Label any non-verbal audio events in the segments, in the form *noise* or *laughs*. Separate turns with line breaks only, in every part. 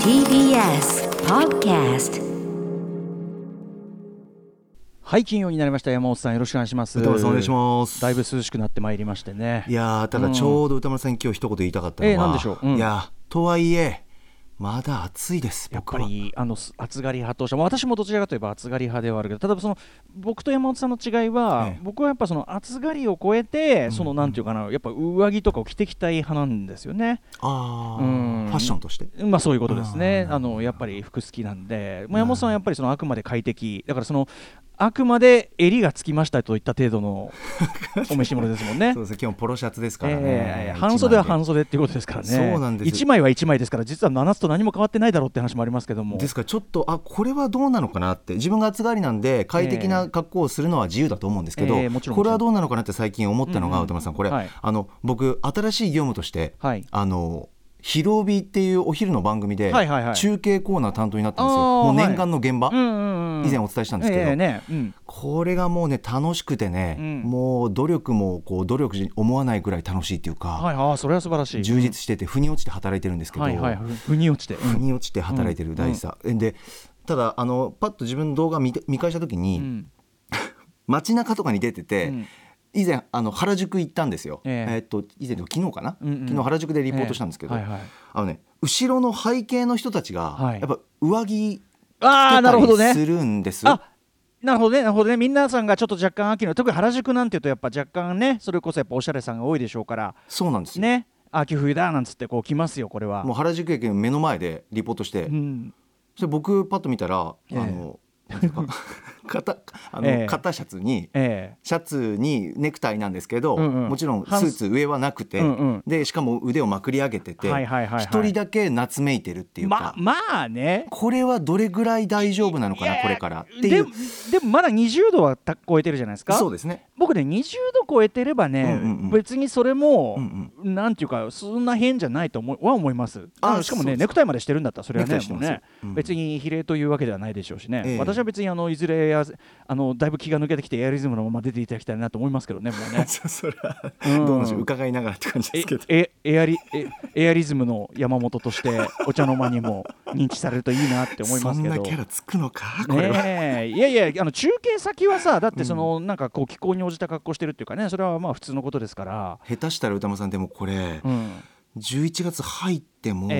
TBS Podcast
はい金曜になりました山本さんよろしくお願いします
歌丸さんお願いします
だいぶ涼しくなってまいりましてね
いやーただちょうど歌丸さんに今日一言言いたかったのは、
えーなんでしょううん
いやーとはいえまだ暑いです
やっ
僕
ぱ
は
りあのす暑がり派としても私もどちらかといえば暑がり派ではあるけどただその僕と山本さんの違いは、
ええ
僕はやっぱその暑がりを超えて、そのなんていうかなやっぱ上着とかを着てきたい派なんですよね
あー
うん
ファッションとして
まあそういうことですね
あー
あのやっぱり服好きなんでまあ山本さんはやっぱりそのあくまで快適だからそのあくまで襟がつきましたといった程度のお召し物ですも
*laughs*
んね
そうですね今日ポロシャツですからね、
ええ
一枚
半袖は
で
半袖っていうことですからね、
そうなんです
1枚は1枚ですから、実は7つと何も変わってないだろうって話もありますけども、
ですからちょっとあこれはどうなのかなって自分が暑がりなんで快適な格好をするのは自由だと思うんですけど、
ええもちろん
これはどうなのかなって最近思ったのが
うんうん
歌丸さんこれ、
はい
あの僕新しい業務として、
はい
あの広尾っていうお昼の番組で
はいはいはい
中継コーナー担当になったんですよ、
あー
もう念願の現場、
うんうんうん
以前お伝えしたんですけど、
ええねうん
これがもうね楽しくてね、
うん
もう努力もこう努力じ思わないぐらい楽しいっていうか、
はい、ああ、それは素晴らしい。
充実してて腑に落ちて働いてるんですけど、
はいはい、ふに落ちて。うん
腑に落ちて働いてる大事さ、でただあのパッと自分の動画見て見返した時に、
うん
街中とかに出てて、
うん
以前あの原宿行ったんですよ、
ええ
ーっと以前と昨日かな、
うんうん
昨日原宿でリポートしたんですけど、
ええはいはい
あのね後ろの背景の人たちが、
はい
やっぱ上着
ああ、なるほど
着てたりす
ね。
るんです
あなるほどね、なるほどね、みんなさんがちょっと若干秋の、特に原宿なんていうと、やっぱ若干ね、それこそやっぱおしゃれさんが多いでしょうから、
そうなんですよ、
ね、秋冬だなんつって、こう来ますよ、これは。
もう原宿駅の目の前でリポートして、
うん
それ僕パッと見たら、
ええ
あのなんていうか
*laughs*
肩あの、
ええ
肩シャツに
ええ
シャツにネクタイなんですけど、
うんうん
もちろんスーツ上はなくて、
うんうん
でしかも腕をまくり上げてて一、
はいはいはいはい
人だけ夏めいてるっていう
ま
か、
まあね、
これはどれぐらい大丈夫なのか
い
な
やいや
これからってい
で
う
もでもまだ20度はた超えてるじゃないですか
そうです
*laughs*
ね
僕ね20度超えてればね、
うんうんうん
別にそれも、
うん
なんていうかそんな変じゃないと思うは思います
あ
あのしかも
そう
ね
そう
ネクタイまでしてるんだったらそれはね
ネクタイして
もう
ます
ね、
うん
別に比例というわけではないでしょうしね、
ええ
私は別にあのいずれやあのだいぶ気が抜けてきてエアリズムのまま出ていただきたいなと思いますけどねもう
*laughs*
ね
そそれは
うん
どうなんでしょう伺いながらって感じですけど
ええエアリ *laughs* えエアリズムの山本としてお茶の間にも認知されるといいなって思い
そ
ます
ん
けど
なキャラつくのか *laughs* これは、
ねえいやいやあの中継先はさだってその、なんかこう気候に応じた格好してるっていうかねそれはまあ普通のことですから、
下手したら歌間さんでもこれ、
うん、
11月入っても、
え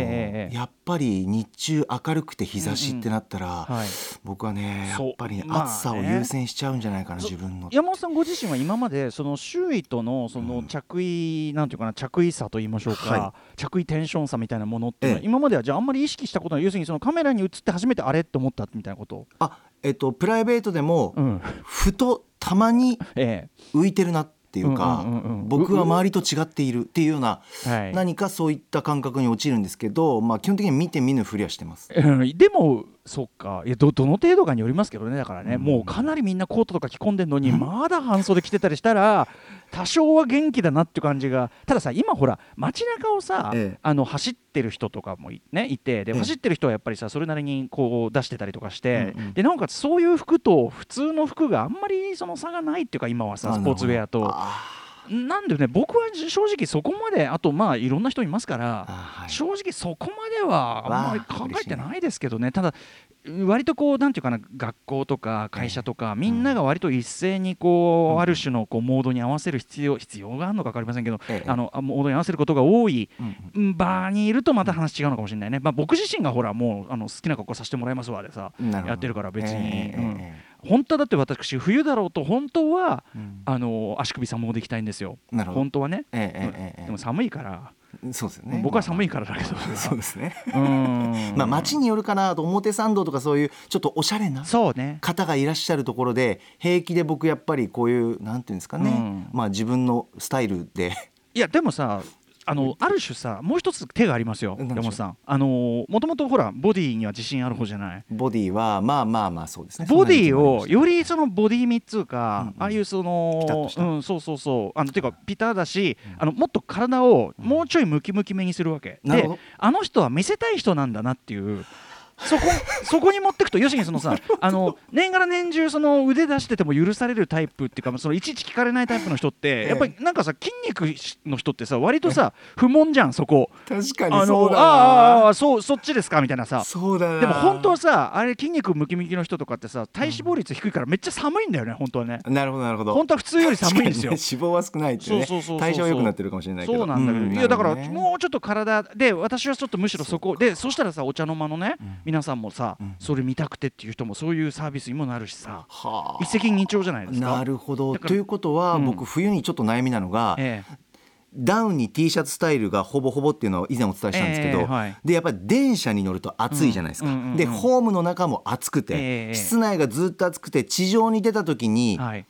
えええ
やっぱり日中明るくて日差しってなったら、
はい
僕はねや
そう
っぱりね
まあね
暑さを優先しちゃうんじゃないかな、
そ
自分の。
山本さんご自身は今までその周囲とのその着衣、なんていうかな着衣差と言いましょうか、
は
着衣テンション差みたいなものっていうのは、
ええ
今まではじゃああんまり意識したことない要するにそのカメラに映って初めてあれって思ったみたいなこと、
あえっとプライベートでも、
うん、
ふとたまに
え
浮いてるなっていうか、
うんうんうんうん
僕は周りと違っているっていうような、
えはい
何かそういった感覚に陥るんですけど、まあ、基本的に見て見ぬふりはしてます。
うんでもそっかいやどどの程度かによりますけどねだからね、
うん
もうかなりみんなコートとか着込んでんのにまだ半袖着てたりしたら多少は元気だなって感じがたださ今ほら街中をさ、
ええ
あの走ってる人とかもい,、ね、いてで
ええ
走ってる人はやっぱりさそれなりにこう出してたりとかして、
うんうん
でなおかつそういう服と普通の服があんまりその差がないっていうか今はさ
あ
スポーツウェアと
あ
なんでね僕は正直そこまであとまあいろんな人いますから
ーあー、はい
正直そこまではあんまり考えてないですけどね、ただ割とこうなんていうかな学校とか会社とか、みんなが割と一斉にこう、
うん
ある種のこうモードに合わせる必要必要があるのか分かりませんけど、
ええ
あのあモードに合わせることが多い
うんうん
場にいるとまた話違うのかもしれないね、まあ、僕自身がほらもうあの好きな格好させてもらいますわでさ
なるほど
やってるから別に
ええええ
うん
え
本当はだって私冬だろうと本当は
えうん
あの足首さんもできたいんですよ
なるほど
本当はね、
ええええええ
でも寒いから、
そうですよね
僕は寒い
か
からだけど、
*laughs* そうですね
うん
まあ、街によるかなと表参道とかそういうちょっとおしゃれな
そうね
方がいらっしゃるところで平気で僕やっぱりこういうなんていうんですかね、
うん
まあ自分のスタイルで *laughs*
いやでもさあのある種さもう一つ手がありますよ
何で
山
しょう
本さんあのもともとほらボディには自信ある方じゃない
ボディはまあまあまあそうですね
ボディを
そんなに
よりそのボディミっつうか、
うんうん
ああいうそ
ピタッと
の
した
うんそうそうそうあのていうかピタだし、あのもっと体をもうちょいムキムキめにするわけ、
なる
で
ほど
あの人は見せたい人なんだなっていう
*laughs*
そこそこに持ってくと、よしにそのさ、あの年がら年中、その腕出してても許されるタイプっていうか、そのいちいち聞かれないタイプの人って、やっぱりなんかさ、筋肉の人ってさ、割とさ、不問じゃん、そこ。
確か
あ
にそ
の
うだ
あー
な
あー、そうそっちですかみたいなさ。
そうだな
でも本当はさ、あれ、筋肉ムキムキの人とかってさ、体脂肪率低いからめっちゃ寒いんだよね、本当はね。
なるほどなるほど
本当は普通より寒いんですよ。
確かにね、脂肪は少ないっていうね
そうそうそうそう
代謝は良くなってるかもしれないけど
そうなんだけど、いやだから
なるほどね
もうちょっと体で私はちょっとむしろそこでそしたらさお茶の間のね、皆さんもさ、それ見たくてっていう人もそういうサービスにもなるしさ
はあ
一石二鳥じゃないですか。
なるほど
だから
ということは、
うん
僕冬にちょっと悩みなのが、
ええ
ダウンに T シャツスタイルがほぼほぼっていうのを以前お伝えしたんですけ
え
ど、
えはい
でやっぱり電車に乗ると暑いじゃないですか、
うんうんうんうん
でホームの中も暑くて、
ええ
室内がずっと暑くて地上に出た時に、
はい、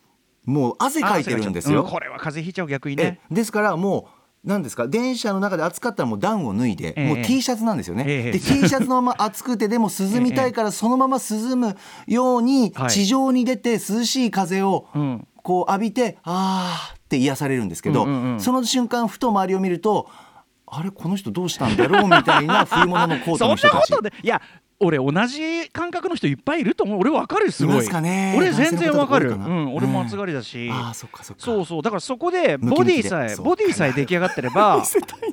もう汗かいてるんですよ
う。これは風邪ひいちゃう逆にね。
えですからもうなんですか電車の中で暑かったらもうダウンを脱い
え
で、
え
もう T シャツなんですよね、
ええ
で T シャツのまま暑くてでも涼みた
*laughs*
いからそのまま涼むように
はい
地上に出て涼しい風を
うん
こう浴びてあーって癒されるんですけど、
うんうんうん
その瞬間ふと周りを見るとあれこの人どうしたんだろうみたいな
*laughs*
冬物のコート
そ
の
ん
人
な
た
こ
ち
とでいや俺同じ感覚の人いっぱいいると思う俺わかるよすごい
いますかね
俺全然わかるう、
男性の方とか多いかなん
俺も暑がりだし、
あーそっかそっか
そうそうだからそこで
ムキムキ
ボディ
で
さえ
そう
ボディさえ出来上がってれ
*laughs*
ば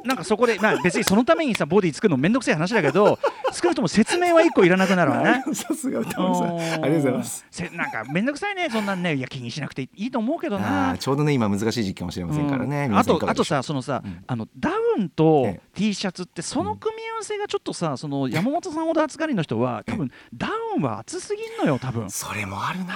なんかそこで、まあ、別にそのためにさボディ作るのめんどくさい話だけ
*laughs*
ど少なくとも説明は一個いらなくなるわね。
*laughs* さすが歌丸さんありがとうございます
せなんかめんどくさいねそんなんねいや気にしなくていいと思うけど
あ
な
ー。ちょうどね今難しい時期かもしれませんからね、
うん
皆
あ
さんいか
と
が
あ
で
と
しょう
さそのさ、
うん
あのダウンと
え
T シャツってその組み合わせがちょっとさその山本さんほど暑がりの人は多分ダウンは暑すぎんのよ多分
それもあるな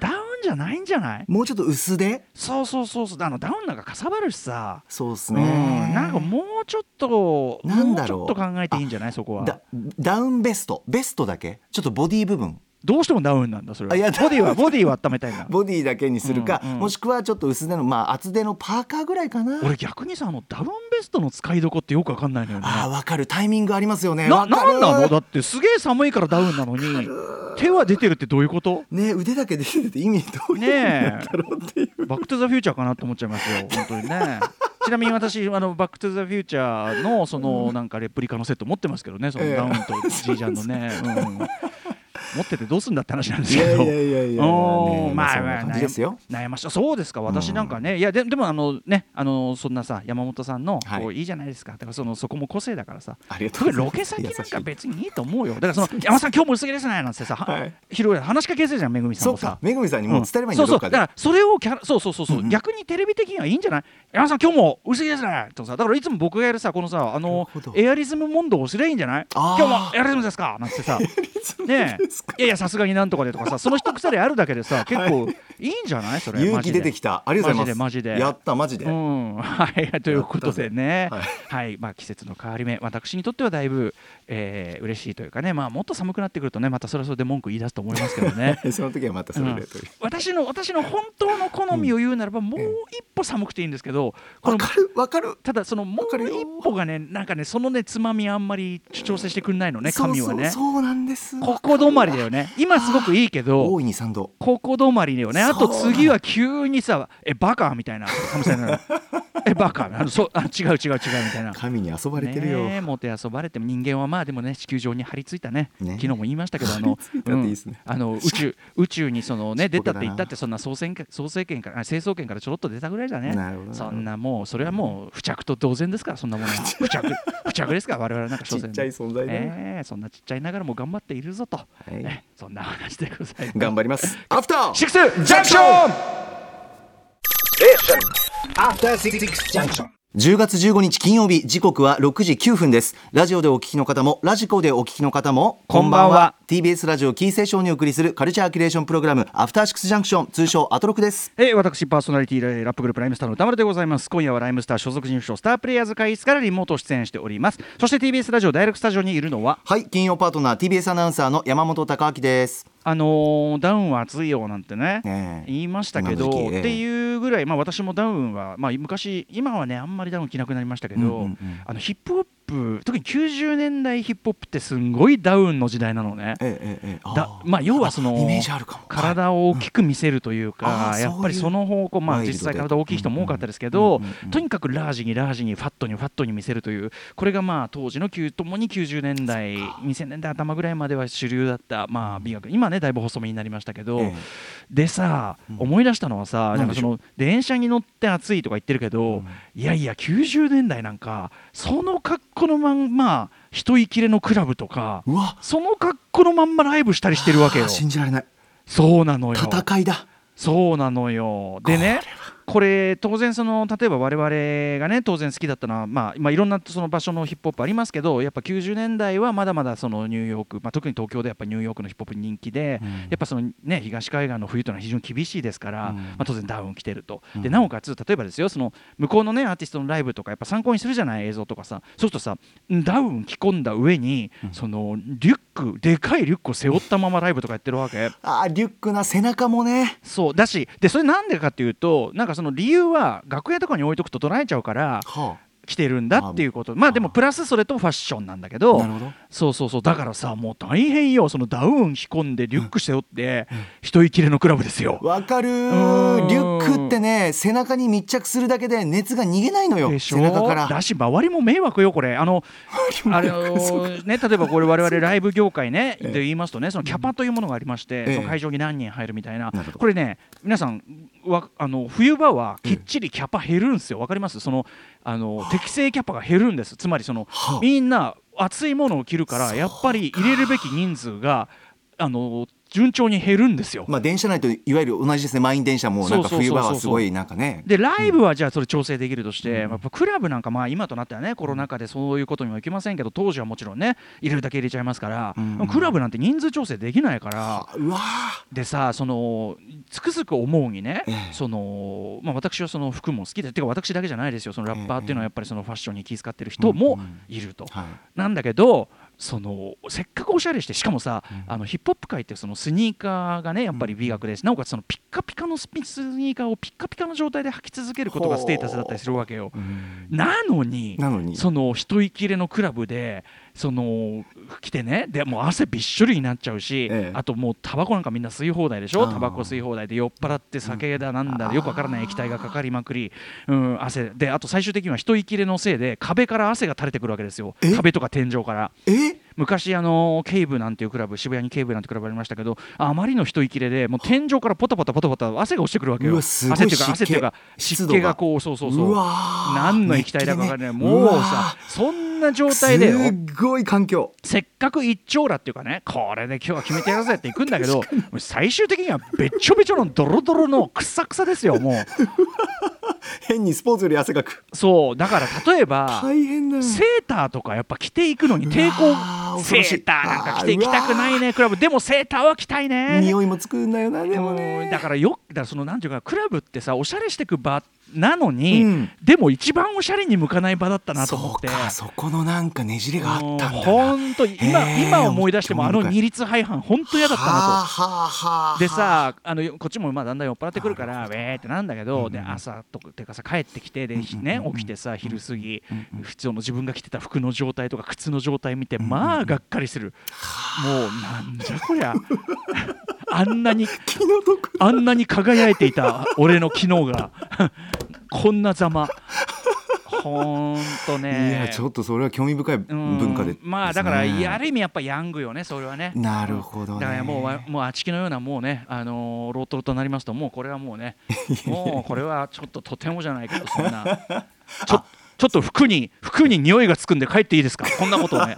ダウンじゃないんじゃない
もうちょっと薄で
そうそうそうそうあのダウンなんかかさばるしさ
そうです
う
ね、
んなんかもうちょっと
なんだ
も
ろ
う
う
ちょっと考えていいんじゃないそこは
だダウンベストベストだけちょっとボディ部分
どうしてもダウンなんだそれは
あいや
ボディはボディは温めたいな
ボディだけにするか、
うんうん
もしくはちょっと薄手のまあ厚手のパーカーぐらいかな
俺逆にさあのダウンベストの使いどこってよくわかんないのよね
あーわかるタイミングありますよね
な
わか
な
る
んなのだってすげえ寒いからダウンなのに手は出てるってどういうこと
ね腕だけ出てて意味どういう意味なんだろうっていう、
バック・トゥ・ザ・フューチャーかなと思っちゃいますよ、本当に
*laughs*
ね。ちなみに私、あのバック・トゥ・ザ・フューチャーのそのなんかレプリカのセット持ってますけどね、その
ええ
ダウンとジージャンのね。うん持っててどうすんだって話なんです
い
け
やい
ど。
やいやいや
おー
ね
まあ
そん
ま
な
あ
感じですよ
悩ましたそうですか私なんかね、いやででもあのねあのそんなさ山本さんの
はい
こういいじゃないですかだからそのそこも個性だからさ
ありがとう
特
ご
に
ざい
ロ
ます
ケ先なんか別にいいと思うよだからその山本さん今日も薄着ですねなんてさ、
はい
広い話しかけやすいじゃんめぐみさん
*laughs* そ
も
う
さ
かめぐみさんにもう伝えればいい
そ
んだ
うそ
どっ
う
か
だか
で、
らそれをキャラそうそうそうそう、
うんうん
逆にテレビ的にはいいんじゃない山田さん今日も薄いですねとさだからいつも僕がやるさこのさあの
なるほど
エアリズム問答をすればいいんじゃない
あ
今
ー
日もエアリズムですかなんてさねえいやいやさすがになんとかでとかさその一癖であるだけでさ結構いいんじゃないそれ
勇
マジ
気
で
出てきたありがとうございます
マジでマジで
やったマジで、
うん、はい、ということでね、は
はい
い、まあ季節の変わり目、私にとってはだいぶ、えー、嬉しいというかね、まあもっと寒くなってくるとね、またそれはそれで文句言い出すと思いますけどね。
*laughs* その時はまたそれでという、
私の私の本当の好みを言うならば、もう一歩寒くていいんですけど、こ
わ
の
かるわかる
ただそのも
わ
う
かるよ
一歩がねなんかねそのねつまみあんまり調整してくんないのね
そう
神はね
そうそうなんです
ここ止まりだよね今すごくいいけど
大いに賛同
ここ止まりだよねあと
そうなの
次は急にさえバカみたいな神様になるえバカあのそうあ違う違う違うみたいな
神に遊ばれてるよ、
ねえもて遊ばれても人間はまあでもね地球上に張り付いたね
ね
昨日も言いましたけどあの
張り付いたっていいですね
うんあの宇宙宇宙にそのね出
*laughs* そう
た
だ
っ
な
て言ったってそんな創選創政権からあ成層圏からちょろっと出たぐらいだね
なるほど
そんなもうそれはもう付着と同然ですからそんなも
*laughs*
のは付着付着ですから我々なんか所詮
ちっちゃい存在だな
ええそんなちっちゃいながらも頑張っているぞと、
い
ええそんな話でございます
頑張りますアフター
シックスジャンクション
After Six Junction.
10月15日金曜日時刻は6時9分ですラジオでお聞きの方もラジコでお聞きの方も
こんばんは
TBS ラジオキーセーションにお送りするカルチャーキュレーションプログラムアフターシックスジャンクション通称アトロクです
えー私パーソナリティラップグループライムスターの歌丸でございます今夜はライムスター所属事務所スタープレイヤーズ会議室からリモート出演しておりますそして TBS ラジオダイレクトスタジオにいるのは
はい金曜パートナー TBS アナウンサーの山本貴明です
あのーダウンは暑いよなんてね
ねえ
言いましたけど、
今の時期ええ
っていうぐらい、まあ、私もダウンは、まあ、昔今はねあんまりダウン着なくなりましたけど、
うんうんうん
あのヒップホップ特に90年代ヒップホップってすんごいダウンの時代なのね。
ええええええあー
だまあ、要はその
イメージあるかも
体を大きく見せるというか、
はいう
や
んあー
っぱり
そうい
そうの方向、まあ、
ワイルド
実
で
際体大きい人も多かったですけど
うんうんうんうん
とにかくラージにラージにファットにファットに見せるというこれがまあ当時の旧ともに90年代2000年代頭ぐらいまでは主流だった、まあ、美学今ねだいぶ細身になりましたけど、
ええ
でさ、
ん
思い出したのはさな
なんん
か
で
そ
しょう
の電車に乗って暑いとか言ってるけど、いやいや90年代なんかその格好のまんま一息れのクラブとか
うわ
その格好のまんまライブしたりしてるわけよ
あー信じられない
そうなのよ
戦いだ
そうなのよでねこれ当然その例えば我々がね当然好きだったのは、まあ、まあいろんなその場所のヒップホップありますけどやっぱ90年代はまだまだそのニューヨーク、まあ、特に東京でやっぱニューヨークのヒップホップ人気で、
うん
やっぱそのね東海岸の冬というのは非常に厳しいですから、
うん
まあ、当然ダウン着てると、
うん
でなおかつ例えばですよその向こうのねアーティストのライブとかやっぱ参考にするじゃない映像とかさそうするとさダウン着込んだ上に、そのリュックでかいリュックを背負ったままライブとかやってるわけ。
あーリュックな背中もね
そうだしでそれなんでかっていうとなんかその理由は楽屋とかに置いとくと取られちゃうから
は
来てるんだっていうことまあでもプラスそれとファッションなんだけど
なるほど
そうそうそうだからさもう大変よそのダウン着込んでリュック背負って一息れのクラブですよ
あ。わかる
うーん
ーリュックってね背中に密着するだけで熱が逃げないのよ
でしょ
背中から
だし周りも迷惑よこれあ
*laughs*
のあのね例えばこれ我々ライブ業界ねで言いますとねそのキャパというものがありまして、
ええ
その会場に何人入るみたいな
なるほど
これね皆さんわあの冬場はきっちりキャパ減るんですよわかりますそのあの適正キャパが減るんですつまりその
はあ
みんな熱いものを着るからやっぱり入れるべき人数があの順調に減るんですよ。
まあ電車内といわゆる同じですね満員電車もなんか冬場はすごいなんかね
でライブはじゃあそれ調整できるとして、やっぱクラブなんかまあ今となってはねコロナ禍でそういうことにもいけませんけど当時はもちろんね入れるだけ入れちゃいますから、
うん
クラブなんて人数調整できないから。
あうわー
でさそのつくづく思うにね、
ええ
そのまあ、私はその服も好きでてか私だけじゃないですよそのラッパーっていうのはやっぱりそのファッションに気遣ってる人もいると、
はい
なんだけどそのせっかくおしゃれしてしかもさ、あのヒップホップ界ってそのスニーカーがねやっぱり美学です、なおかつそのピッカピカのスピスニーカーをピッカピカの状態で履き続けることがステータスだったりするわけよ。なのに
なのに
その一息れのクラブでその来てねでもう汗びっしょりになっちゃうし、
ええ
あともうタバコなんかみんな吸い放題でしょ
あー
タバコ吸い放題で酔っ払って酒だなんだ、よくわからない液体がかかりまくり、うん、汗であと最終的には一息れのせいで壁から汗が垂れてくるわけですよ
え
壁とか天井から。
え
昔あのケイブなんていうクラブ渋谷にケイブなんてクラブありましたけどあまりの人息れでもう天井からポタポタポタポタ汗が落ちてくるわけよ
うわすごい
汗っていうか
湿気
汗っていうか
湿
湿
度が
気がこうそうそうそう
うわー
何の液体だか分からない、
熱気でね
もう
うわ
さ
ー
そんな状態でよ
すっごい環境
せっかく一丁羅っていうかねこれで今日は決めてやるぜっていくん
*laughs*
だけどもう最終的にはべっちょべちょのドロドロのくさくさですよもう
変にスポーツより汗かく
そうだから例えば
大変だよ
セーターとかやっぱ着ていくのに抵
うわー
抗
恐
セ
ろしい
ーターなんか着て
あー
いきたくないねクラブでもセーターは着たいね
匂いもつくんだよなでも
うん
ね
だからよだからそのなんていうかクラブってさおしゃれしてく場なのに、
うん
でも一番おしゃれに向かない場だったなと思
そ
っ
う
て
かそこのなんかねじれがあったんだな
本当に今
へー
今思い出してもあの
興味深い
二律背反本当嫌だったなと
はあはあはあ
でさあのよこっちもまあだんだん酔っ払ってくるからウェーってなんだけど、で朝とかてかさ帰ってきてで、ひね、起きてさ昼過ぎ、普通の自分が着てた服の状態とか靴の状態見て、まあがっかりする、もうなんじゃこりゃ *laughs* あんなに
気の毒
あんなに輝いていた俺の昨日が *laughs* こんなざまほんとね
いやちょっとそれは興味深い
うん
文化でですね
まあだからある意味やっぱヤングよねそれはね
なるほどね
だからもうわもうあちきのようなもうねあのーロートロとなりますともうこれはも
*laughs*
うねもうこれはちょっととてもじゃないけどそんなちょちょっと服に服に匂いがつくんで帰っていいですかこんなことをね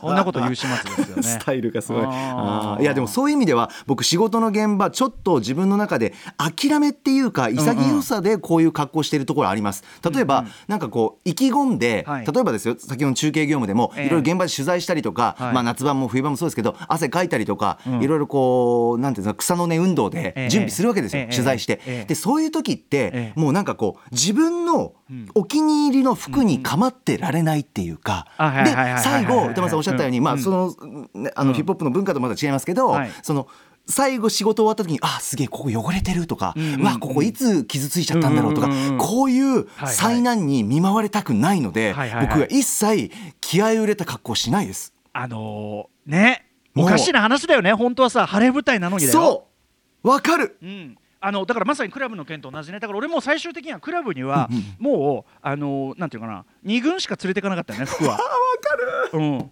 こんなことを言う始末ですよね
*laughs* スタイルがすごい
あー
あーいやでもそういう意味では僕仕事の現場ちょっと自分の中で諦めっていうか潔さでこういう格好してるところあります例えばなんかこう意気込んで
はい
例えばですよ先ほどの中継業務でも
ええ
いろいろ現場で取材したりとか
はい
まあ夏場も冬場もそうですけど汗かいたりとか
ん
いろいろこうなんていうんですか草の根運動
え
で
え
準備するわけです
え
よ
え
取材し
ええ
てでそういう時って
ええ
もうなんかこう自分のお気に入りの服に構ってられないっていうか
うんあはい
で
はいはいはいはい
最後歌丸さんおっしゃったようにま
う
あ
ん
そのねあのヒップホップの文化とまだ違いますけど、
はい
その最後仕事終わった時にあすげえここ汚れてるとか、
う
うん
うん
わここいつ傷ついちゃったんだろうとか、
うんうんうん
こういう
はい
災難に見舞われたくないので、
はいはいはい
僕は一切気合いを入れた格好しないです。
あのーね
も
お
う
かしな話だよね本当はさ晴れ舞台なのにだよ
そうわかる
う、ん、あのだからまさにクラブの件と同じねだから俺もう最終的にはクラブにはもう、あのなんていうかな2軍しか連れていかなかったよね服
*laughs*
は。うん、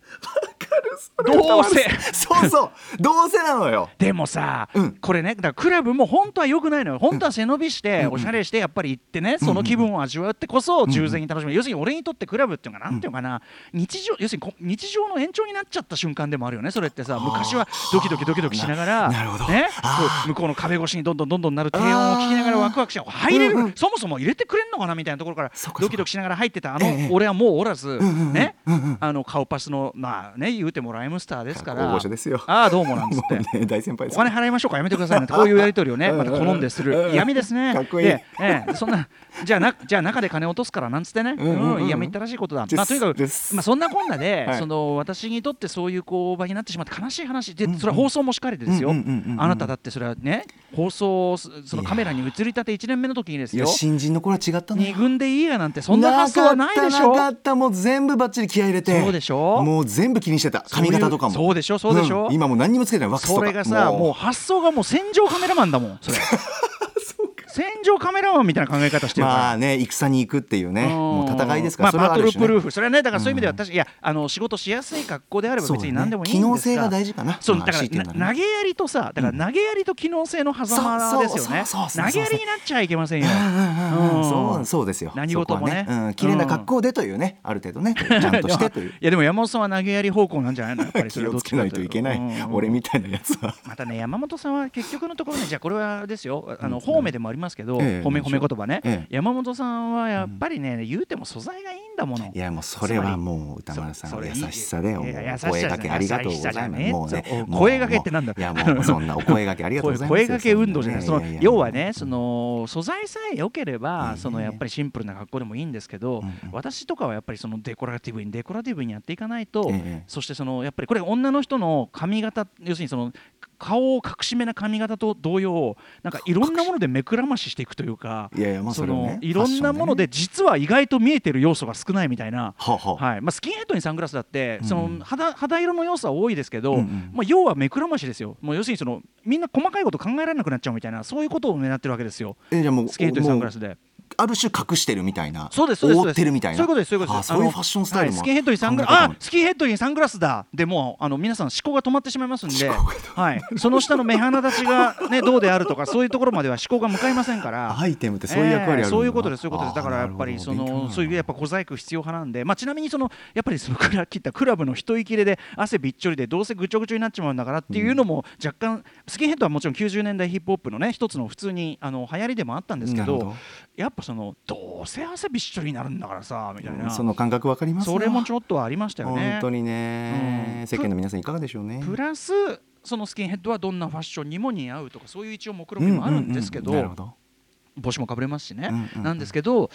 どうせ
*laughs* そうそうどうせな
*laughs*
のよ
でもさ、
うん
これねだからクラブも本当は良くないのよ本当は背伸びして、おしゃれしてやっぱり行ってねその気分を味わってこそ従前に楽しむ、要するに俺にとってクラブっていうのがなんていうのかな、日常要するにこ日常の延長になっちゃった瞬間でもあるよねそれってさ昔はドキドキドキドキしながら
ななるほど
ね
あー
そう向こうの壁越しにどんどんどんどんなる低音を聞きながらワクワクしながら入れる、
うんうん
そもそも入れてくれんのかなみたいなところから
そっかそっか
ドキドキしながら入ってたあの、
ええ
俺はもうおらず、
んうん
ね、あの顔パスのまあね言うてもライムスターですから
大御所ですよ
ああどうもなんつっ
も *laughs*
て。
うね大先輩
お
です
金払いましょうかやめてくださいねこういうやり取りをねまた好んです
うんうんう
る
ん
闇ですね
かっこいい
でええそんなじゃあなじゃあ中で金落とすからなんつってね
んうんうん
うん闇ったらしいことだ
です
まあとにかく
です
まあそんなこんなで
はい
その私にとってそういうこう場になってしまって悲しい話でそれは放送もしかりでですよ
うんうんうんうんうん
あなただってそれはね放送すそのカメラに映りたて1年目の時にです
いや
よ
新人の頃は違ったのよ
二軍でいいやなんてそんな発想はないでしょ
なかったなかったもう全部バッチリ気合い入れて
そうでしょ
もう全部気にしてた髪型とかも
そういうそうでしょそうでしょ
ん今もう何にもつけてないワックスと
そ
か
れがさもう発想がもう戦場カメラマンだもんそ
*laughs*
れ戦場カメラマンみたいな考え方してるから、
まあね戦に行くっていうねもう戦いですから、
まあ、バ
あ
ト
る
ル
種ね
プルーフ、それはね、だからそういう意味では、確かいや、あの仕事しやすい格好であれば、別に何でもいいんですが、
そうね機能性が大事かな
そう、
まあ
だから、
強いて言うな
な投
らね
げやりとさ、だから投げやりと機能性の狭間ですよね。
そうそうそうそうそう
投げやりになっちゃいけませんよ。
うん
う
そ
ん
うそうですよ
何事もね
そこはうん、綺麗な格好でというね、ある程度ねちゃんとしてとい
*laughs*
う
いやでも山本さんは投げやり方向なんじゃないのやっぱ
*laughs*
りそ
気
れは
を
どっ
つ
ち
け
か
ないといけない、
うん
俺みたいなやつは
またね山本さんは結局のところねじゃあこれはですよあの方面でもありますけど、
ええ
褒め褒め言葉ね、
ええ
山本さんはやっぱりね、言うても素材がいいんだもの
いやもうそれはもう歌丸さん
そ
の
それ
優
いい
しさでもう
いや優しさ
お声
じゃない
掛けありがとう
優
ございます
しさじゃねえ
もうね
そう
もう
声掛けってなんだ
いやもうそんなお声掛けありがとうございます
声声掛け運動じゃないその要はね
そ
その素材さえ良ければ、
うん
そのやっぱりシンプルな格好でもいいんですけど、
んうん
私とかはやっぱりそのデコラティブにデコラティブにやっていかないと、
ええ
そしてそのやっぱりこれ女の人の髪型要するにその顔を隠しめな髪型と同様なんかいろんなもので目くらまししていくというか
いやいやまあ
そ
それはね
のいろんなもので実は意外と見えてる要素が少ないみたいな。
はあはあ
はいまあ、スキンヘッドにサングラスだって、
うん
その肌肌色の要素は多いですけど、
うんうん
まあ、要は目くらましですよ、もう要するにそのみんな細かいこと考えられなくなっちゃうみたいな、そういうことを狙ってるわけですよ、
えじゃあもう
スキンヘッドにサングラス
もう
で。
ある種隠してるみたいな
そうですそうです
覆ってるみたいな
そういうことですそういうことで
あ
す
そういうファッションスタイルも
はいスキンヘッドにサングラス
考え方
あ
も
スキンヘッドにサングラスだでもうあの皆さん思考が止まってしまいますんで、
思考が
はい、その下の目鼻立ちが、ね、どうであるとかそういうところまでは思考が向かいませんから
アイテムってそういう役割あるんだな
そういうことですそういうことですだから
あ
や
ー
っぱりそ
なるほど勉強にな
の
る
そういうやっぱ小細工必要派なんで、まあ、ちなみにそのやっぱりそのクラ切ったクラブの一息切れで汗びっちょりでどうせぐちょぐちょになっちまうんだからっていうのも若干、スキンヘッドはもちろん90年代ヒップホップのね一つの普通にあの流行りでもあったんですけ
なるほ
ど
ど
やっぱそのどうせ汗びっしょりになるんだからさみたいな、
うんその感覚わかります
それもち
ょっ
ょっとはありましたよね。
本当にね、
うん
世間の皆さんいかがでしょうね
プラスそのスキンヘッドはどんなファッションにも似合うとかそういう一応目論見みもあるんですけど,、
うううなるほど
帽子もかぶれますしね、
うんうんうん
なんですけど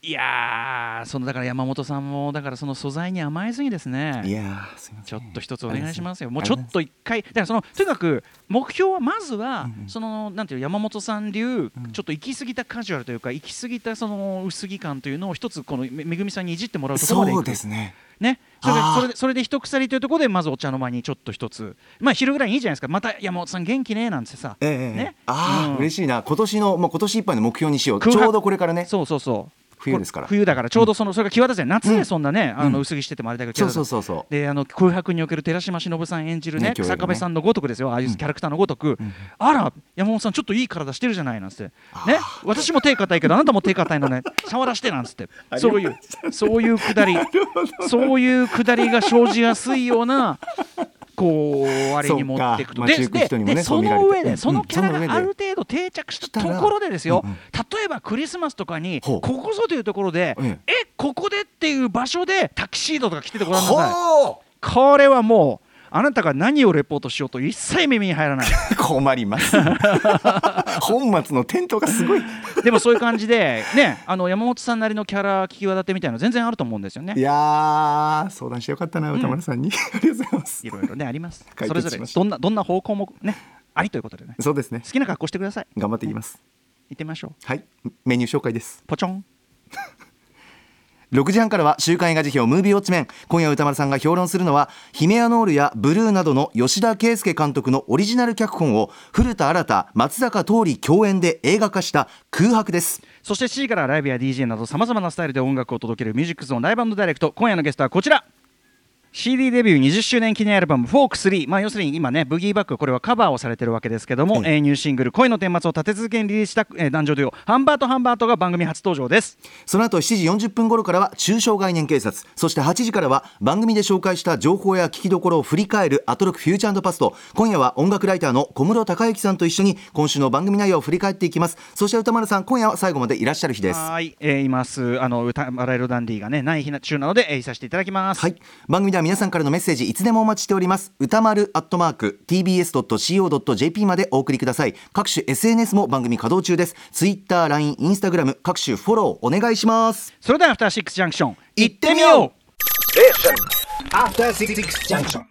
いやーそのだから山本さんもだからその素材に甘えずにですね
いやーすいません
ちょっと一つお願いしますよ。
あり
もう
が
ちょ
とござい
っと一回、だからそのとにかく目標はまずは、そのなんていう山本さん流、ちょっと行き過ぎたカジュアルというか、行き過ぎたその薄着感というのを一つこのめめぐみさんにいじってもらうところまで
そ
行
う
く
ですね
ね、それで
あー
それでそれで一鎖というところでまずお茶の間にちょっと一つ、まあ、昼ぐらいにいいじゃないですかまた山本さん元気ねなんてさ、
ええええ
ね
ああ、
うん
嬉しいな今年のもう今年いっぱいの目標にしようち
空白
ょうどこれからね
そうそうそう
冬ですから
こ冬だからちょうどその、それが際立つね夏
う
で
ん
そんなね、あの薄着しててもあれだけど際立つ
そうそうそうそう
であの空白における寺島しのぶさん演じるね
ね教育ね
坂部さんのごとくですよああいうキャラクターのごとく、あら山本さんちょっといい体してるじゃないなんつってね私も手硬いけどあなたも手硬いの
*laughs*
ね触らしてなんつってそういうそういうくだりそういうくだりが生じやすいようなこうあれに持っていく
そ
と
っか
で
街行く人にも
で
ね
で
そ
そう
見られ
の
て
上で、
うん
そのキャラ
その上
が
で
ある程度定着し
した
たと
ら
ころでですよ、
うんうん
例えばクリスマスとかに、
ほう
ここぞというところで、
え
えここでっていう場所でタキシードとか着ててごらんなさい。
ほ
これはもうあなたが何をレポートしようと一切耳に入らない
*laughs* う *laughs* 困ります *laughs* 本末の転倒がすごい
でもそういう感じでねあの山本さんなりのキャラ際立てみたいなの全然あると思うんですよね
いやー相談 *laughs* してよかったな歌丸さんに、ありがとうございます
いろいろねあります
解決
それぞれ
しました
どんなどんな方向もねありということでね
そうですね
好きな格好してください
頑張っていきます
行ってみましょう
はいメニュー紹介です
ポチョン
6時半からは週刊映画辞表ムービーウォッチメン今夜歌丸さんが評論するのは「ヒメアノール」や「ブルー」などの吉田圭佑監督のオリジナル脚本を古田新太松坂桃李共演で映画化した「空白」です
そして C からライブや DJ などさまざまなスタイルで音楽を届けるミュージックゾーンライブダイレクト今夜のゲストはこちら CD デビュー20周年記念アルバム「フォーク3」まあ、要するに今ね「ブギーバック」これはカバーをされてるわけですけども、えーニューシングル「恋の顛末」を立て続けにリリースした、えー、男女デュオハンバートハンバートが番組初登場です
その後7時40分頃からは中小概念警察そして8時からは番組で紹介した情報や聞きどころを振り返るアトロックフューチャーパスト今夜は音楽ライターの小室孝之さんと一緒に今週の番組内容を振り返っていきますそして歌丸さん今夜は最後までいらっしゃる日です
はい、えー、いますあの歌マライロダンディがねない日な中なので、えー、いさせていただきます、
はい、番組では皆さんからのメッセージいつでもお待ちしております歌丸アットマーク tbs.co.jp までお送りください各種 SNS も番組稼働中です TwitterLINE インスタグラム各種フォローお願いします
それでは「アフターシックスジャンクション」
行ってみよう
After Six Junction.